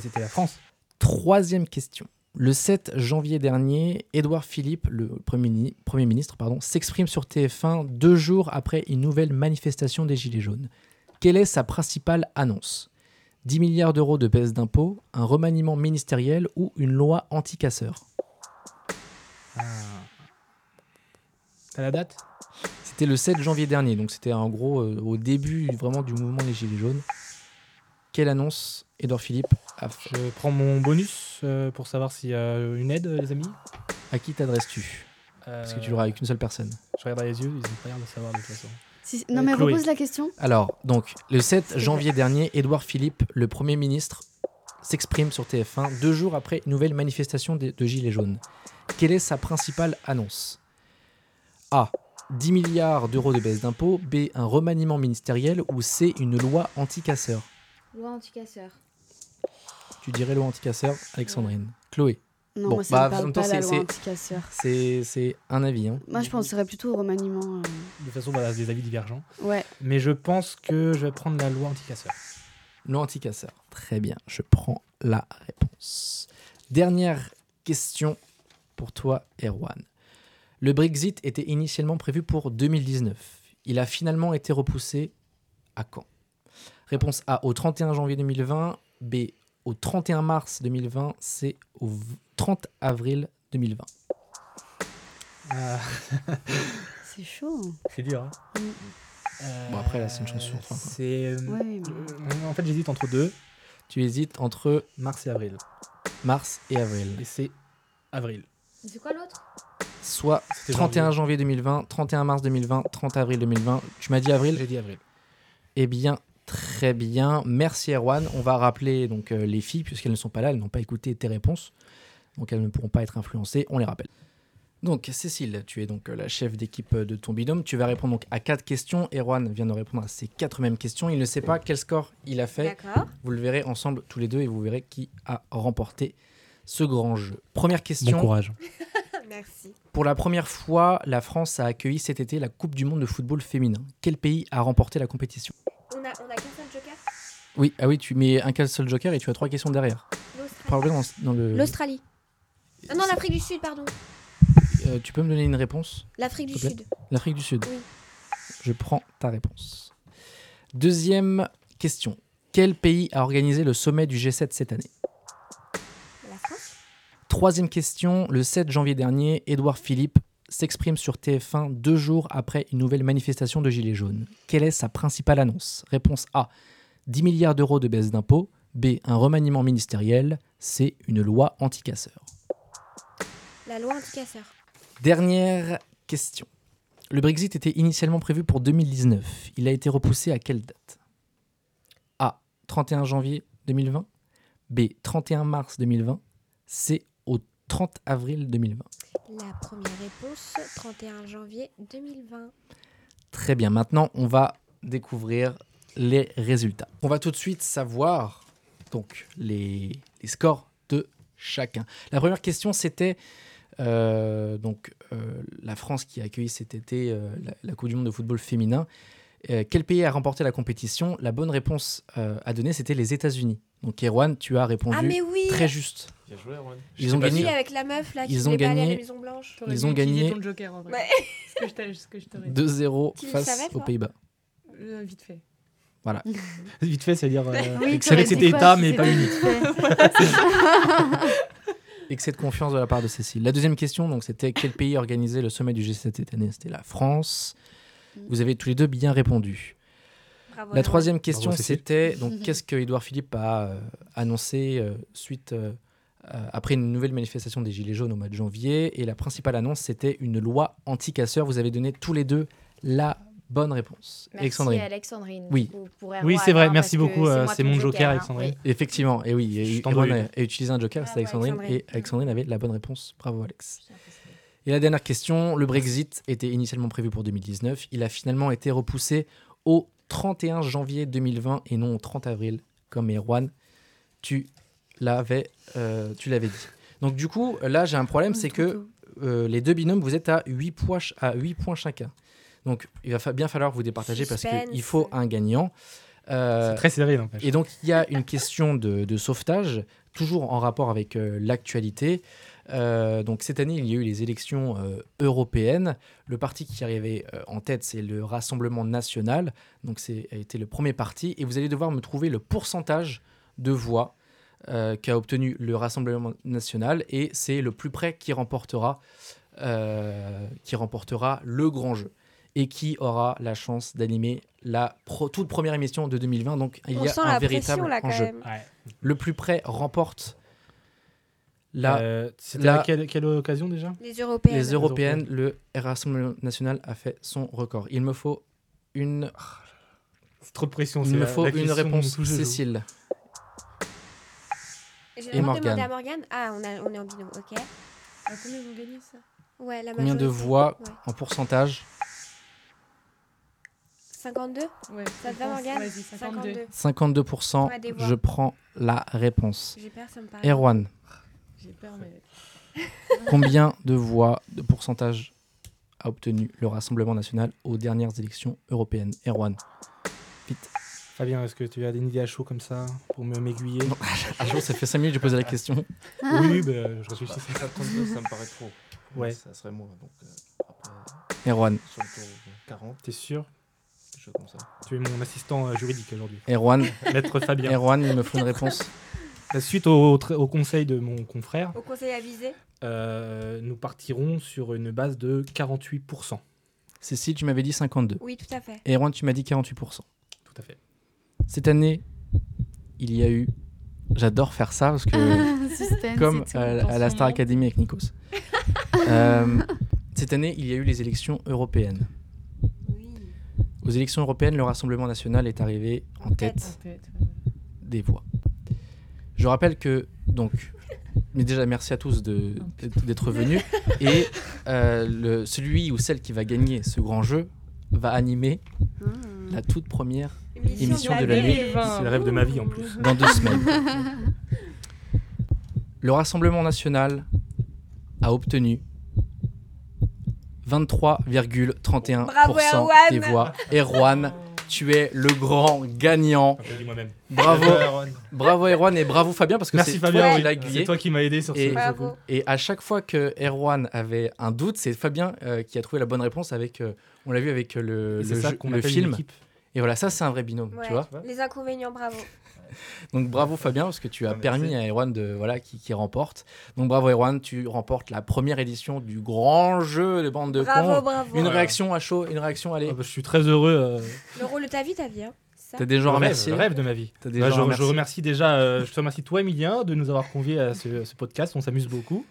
C'était la France. Troisième question. Le 7 janvier dernier, Édouard Philippe, le Premier, mini- Premier ministre, pardon, s'exprime sur TF1 deux jours après une nouvelle manifestation des Gilets jaunes. Quelle est sa principale annonce 10 milliards d'euros de baisse d'impôts, un remaniement ministériel ou une loi anti-casseurs Ah. T'as la date C'était le 7 janvier dernier, donc c'était en gros euh, au début vraiment du mouvement des Gilets jaunes. Quelle annonce Edouard Philippe a fait Je prends mon bonus euh, pour savoir s'il y a une aide, euh, les amis. À qui t'adresses-tu Parce que tu Euh, l'auras avec une seule personne. Je regarde dans les yeux, ils n'ont pas l'air de savoir de toute façon. Si- non, mais Chloé. repose la question. Alors, donc, le 7 C'était janvier dernier, Édouard Philippe, le Premier ministre, s'exprime sur TF1 deux jours après une nouvelle manifestation de, de Gilets jaunes. Quelle est sa principale annonce A. 10 milliards d'euros de baisse d'impôts. B. Un remaniement ministériel. Ou C. Une loi anti-casseur. Loi anti-casseur. Tu dirais loi anti-casseur, Alexandrine. Chloé. Non, moi, ça me parle bah, en même pas, temps, la c'est- loi c'est- anti-casseur. C'est c'est un avis. hein. Moi, je penserais plutôt au remaniement. euh. De toute façon, voilà, c'est des avis hein. divergents. Ouais. Mais je pense que je vais prendre la loi anti-casseur. Loi anti-casseur. Très bien, je prends la réponse. Dernière question pour toi, Erwan. Le Brexit était initialement prévu pour 2019. Il a finalement été repoussé à quand Réponse A au 31 janvier 2020, B au 31 mars 2020, C au v- 30 avril 2020. C'est chaud. Euh, C'est dur. Hein. Mm. Bon, après, là, c'est une chance sur trois, quoi. C'est. euh, Ouais, mais- En fait, j'hésite entre deux. Tu hésites entre mars et avril. Mars et avril. Et c'est avril. C'est quoi l'autre Soit C'était 31 janvier 2020, 31 mars 2020, 30 avril 2020. Tu m'as dit avril J'ai dit avril. Eh bien, très bien. Merci Erwan. On va rappeler donc euh, les filles, puisqu'elles ne sont pas là, elles n'ont pas écouté tes réponses. Donc elles ne pourront pas être influencées. On les rappelle. Donc Cécile, tu es donc euh, la chef d'équipe euh, de ton binôme. Tu vas répondre donc à quatre questions. Erwan vient de répondre à ces quatre mêmes questions. Il ne sait pas quel score il a fait. D'accord. Vous le verrez ensemble tous les deux et vous verrez qui a remporté ce grand jeu. Première question. courage. Merci. Pour la première fois, la France a accueilli cet été la Coupe du Monde de football féminin. Quel pays a remporté la compétition On a, on a qu'un seul joker Oui, ah oui, tu mets un seul joker et tu as trois questions derrière. L'Australie. Parle dans, dans le. L'Australie. Ah non, l'Afrique du Sud, pardon. Euh, tu peux me donner une réponse L'Afrique s'il du te plaît Sud. L'Afrique du Sud. Oui. Je prends ta réponse. Deuxième question. Quel pays a organisé le sommet du G7 cette année La France Troisième question, le 7 janvier dernier, Édouard Philippe s'exprime sur TF1 deux jours après une nouvelle manifestation de Gilets jaunes. Quelle est sa principale annonce Réponse A 10 milliards d'euros de baisse d'impôts. B un remaniement ministériel. C une loi anti-casseurs. La loi anti-casseur. Dernière question. Le Brexit était initialement prévu pour 2019. Il a été repoussé à quelle date A. 31 janvier 2020. B. 31 mars 2020. C. Au 30 avril 2020. La première réponse, 31 janvier 2020. Très bien. Maintenant, on va découvrir les résultats. On va tout de suite savoir donc les, les scores de chacun. La première question, c'était euh, donc euh, la France qui a accueilli cet été euh, la, la Coupe du Monde de football féminin. Euh, quel pays a remporté la compétition La bonne réponse euh, à donner, c'était les États-Unis. Donc Erwan, tu as répondu Ah, mais oui très juste. Bien joué, Erwan. Ils ont J'étais gagné. pas euh, sûre. Avec la meuf, là, qui ils ont voulait pas aller à la gagné. Maison Blanche. T'aurais Ils dû ont utiliser gagné ton joker en vrai. Ouais. Ce que je t'ai- ce que je t'aurais dit. 2-0 Tu le face savais, aux toi Pays-Bas. Euh, Vite fait. Voilà. Vite fait, c'est-à-dire. euh, Oui, je savais que t'aurais c'était dit quoi État, si mais c'était pas vite unique. Excès de confiance de la part de Cécile. La deuxième question, donc, c'était quel pays organisait le sommet du G7 cette année C'était la France. Vous avez tous les deux bien répondu. Bravo, la Erwan. troisième question, Bravo, Cécile. c'était donc qu'est-ce que Édouard Philippe a euh, annoncé euh, suite euh, euh, après une nouvelle manifestation des Gilets jaunes au mois de janvier. Et la principale annonce, c'était une loi anti-casseurs. Vous avez donné tous les deux la bonne réponse. Merci Alexandrine. Oui. Ou pour Oui, Erwan, c'est vrai, hein, merci parce que beaucoup, euh, moi c'est ton mon joker, hein. Alexandrine. Oui. Effectivement, et oui, et, Je t'en Erwan dois a, a utilisé un joker, c'est Alexandrine, Alexandrine. et Alexandrine avait la bonne réponse. Bravo Alex. Et la dernière question, le Brexit était initialement prévu pour 2019, il a finalement été repoussé au 31 janvier 2020 et non au 30 avril, comme Erwan, tu l'avais euh, tu l'avais dit. Donc du coup, là j'ai un problème, c'est que euh, les deux binômes, vous êtes à 8 points, ch- à 8 points chacun. Donc il va fa- bien falloir vous départager parce Suspense. qu'il faut un gagnant. Euh, C'est très serré, n'empêche. Et donc, il y a une question de, de sauvetage, toujours en rapport avec euh, l'actualité. Euh, donc, cette année, il y a eu les élections euh, européennes. Le parti qui arrivait euh, en tête, c'est le Rassemblement national. Donc, c'est a été le premier parti. Et vous allez devoir me trouver le pourcentage de voix euh, qu'a obtenu le Rassemblement national. Et c'est le plus près qui remportera, euh, qui remportera le grand jeu. Et qui aura la chance d'animer la pro- toute première émission de 2020. Donc, il On y a sent un la véritable pression, là, quand enjeu. même. Ouais. Le plus près remporte la. Euh, C'était la- à quelle, quelle occasion déjà Les Européennes. Les Européennes, le Rassemblement national a fait son record. Il me faut une. C'est trop de pression. Il Ah, c'est me la- faut la une question réponse, tout jeu, je vous- Cécile. J'ai Et vraiment Morgane. demandé à Morgane. Ah, on, a- on est en binôme, ok. combien ils ont gagné ça Ouais, la Combien de majorité. voix Ouais. en pourcentage 52 Ouais, Ça je te va, pense, Morgane vas-y, 52. 52%. Ouais, des voix. Je prends la réponse. J'ai peur, ça me paraît. Erwan, J'ai peur, mais. combien de voix de pourcentage a obtenu le Rassemblement national aux dernières élections européennes Erwan, vite. Fabien, est-ce que tu as des idées à chaud comme ça pour me m'aiguiller À chaud, ça fait 5 minutes que j'ai posé la question. Oui, bah, je réfléchis. Bah, 52, ça me paraît trop. Ouais. Ça serait moi. Donc, euh, après, Erwan. Sur le taureau, 40. T'es sûr quelque chose comme ça. Tu es mon assistant euh, juridique aujourd'hui. Erwan. Maître Fabien. Erwan, il me faut une réponse. La suite au, tra- au conseil de mon confrère, Au conseil avisé euh, nous partirons sur une base de 48%. Cécile, tu m'avais dit 52. Oui, tout à fait. Et Erwan, tu m'as dit 48%. Tout à fait. Cette année, il y a eu. J'adore faire ça parce Ah, que. suspense comme et tout, à, dans à la son hein. Star monde. Academy avec Nikos. Euh, cette année, il y a eu les élections européennes. Aux élections européennes, le Rassemblement national est arrivé en tête En tête, des voix. Je rappelle que, donc, mais déjà merci à tous de- d'être venus. Et euh, le, celui ou celle qui va gagner ce grand jeu va animer la toute première Émission émission, de de la nuit. l'année. C'est le rêve de ma vie, en plus. Dans deux semaines. Le Rassemblement national a obtenu 23,31% Bravo, Erwan. des voix. Erwan, tu es le grand gagnant. Je l'ai dit moi-même. Bravo, Bravo, Erwan. bravo Erwan et bravo Fabien parce que Merci c'est Fabien, toi oui. qui l'as C'est guidé. toi qui m'as aidé sur ce et, Bravo. jeu. Et à chaque fois que Erwan avait un doute, c'est Fabien euh, qui a trouvé la bonne réponse avec, euh, on l'a vu avec euh, le, Et c'est le ça jeu- qu'on le appelle une film. équipe. Et voilà, ça c'est un vrai binôme, Ouais. tu vois. Les inconvénients, bravo. Donc bravo Fabien parce que Ah, tu as permis à Erwan de voilà qui, qui remporte. Donc bravo Erwan, tu remportes la première édition du grand jeu des bandes de Bravo, cons. bravo. Une Voilà. réaction à chaud, une réaction allez. Ah, bah, je suis très heureux. euh, Le rôle de ta vie, ta vie. Hein. c'est ça T'as déjà Le rêve, remercié. Le rêve de ma vie. T'as déjà Bah, je, remercié. je remercie déjà, euh, je te remercie toi, Emilien, de nous avoir conviés à ce, ce podcast. On s'amuse beaucoup.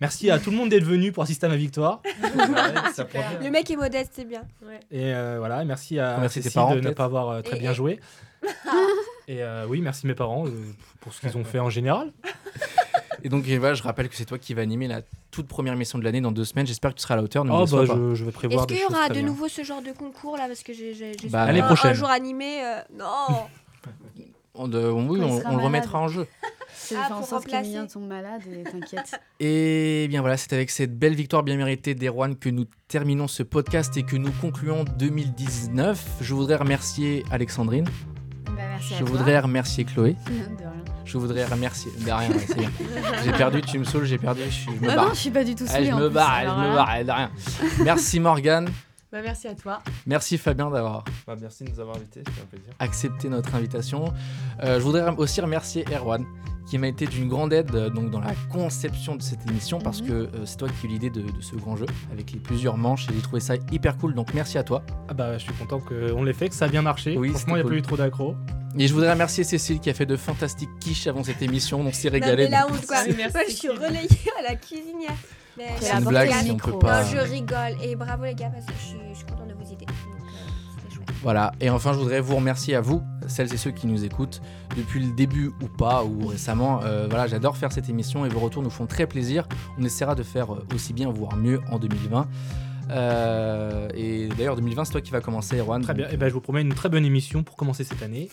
Merci à tout le monde d'être venu pour assister à ma victoire. Le mec est modeste, c'est bien. Et euh, voilà, merci à Merci tes Cécile parents, de ne peut-être. pas avoir euh, très Et- bien et- joué. Et euh, oui, merci mes parents euh, pour ce qu'ils ont fait en général. Et donc et voilà, je rappelle que c'est toi qui vas animer la toute première émission de l'année dans deux semaines. J'espère que tu seras à la hauteur. Ne me Oh, déçois pas. bah, je- je vais Est-ce qu'il y aura de nouveau ce genre de concours là Parce que j'ai j'ai- j'ai Bah, sûrement l'année un- prochaine. un jour animé. euh, Non On, de- on- oui, Quand il sera on, on le malade. remettra en jeu. C'est Ah, faire en pour sorte remplacer. qu'Emilien tombe malade hein, et t'inquiète. Et bien voilà, c'est avec cette belle victoire bien méritée d'Erwan que nous terminons ce podcast et que nous concluons 2019. Je voudrais remercier Alexandrine. Bah, merci à je toi. voudrais remercier Chloé. De rien. Ah Je voudrais remercier. De rien, ouais, c'est bien. J'ai perdu, tu me saoules, j'ai perdu, je, suis- je me Ah barre. non, je suis pas du tout Eh, saoulée, je en me plus, barre, alors je me là. barre, eh, de rien. Merci Morgane. Bah, merci à toi. Merci Fabien d'avoir Bah, merci de nous avoir invités, c'était un plaisir. accepté notre invitation. Euh, je voudrais aussi remercier Erwan qui m'a été d'une grande aide euh, donc dans la conception de cette émission Mhm. parce que euh, c'est toi qui as eu l'idée de, de ce grand jeu avec les plusieurs manches et j'ai trouvé ça hyper cool donc merci à toi. Ah bah je suis content qu'on l'ait fait, que ça a bien marché. Oui, Franchement, il n'y c'était a pas eu cool. trop d'accro. Et je voudrais remercier Cécile qui a fait de fantastiques quiches avant cette émission, on s'est régalé. mais la donc- honte quoi. C'est- Moi, je suis relayée à la cuisinière. Mais C'est j'ai une apporté blague un si on micro. peut pas- Non, hein. je rigole. Et bravo les gars parce que je suis, je suis contente de vous aider. Donc, euh, c'était chouette. Voilà, et enfin je voudrais vous remercier à vous, celles et ceux qui nous écoutent depuis le début ou pas, ou récemment. Euh, voilà, j'adore faire cette émission et vos retours nous font très plaisir. On essaiera de faire euh, aussi bien, voire mieux en 2020. Euh, et d'ailleurs 2020 c'est toi qui va commencer Erwan. Très bien. Donc, Et ben, je vous promets une très bonne émission pour commencer cette année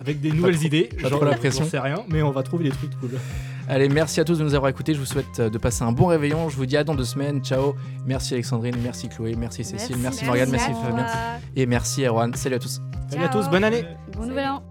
avec des Pas nouvelles trop- idées. pas J'en- trop la pression. j'en sais rien, mais on va trouver des trucs cool. Allez, merci à tous de nous avoir écoutés. Je vous souhaite euh, de passer un bon réveillon. Je vous dis à dans deux semaines. Ciao. Merci Alexandrine, merci Chloé, merci Cécile, merci, Merci. Morgane, merci Merci à Fabien. toi. Et merci Erwan. Salut à tous. Salut à tous, bonne année. Bon nouvel an.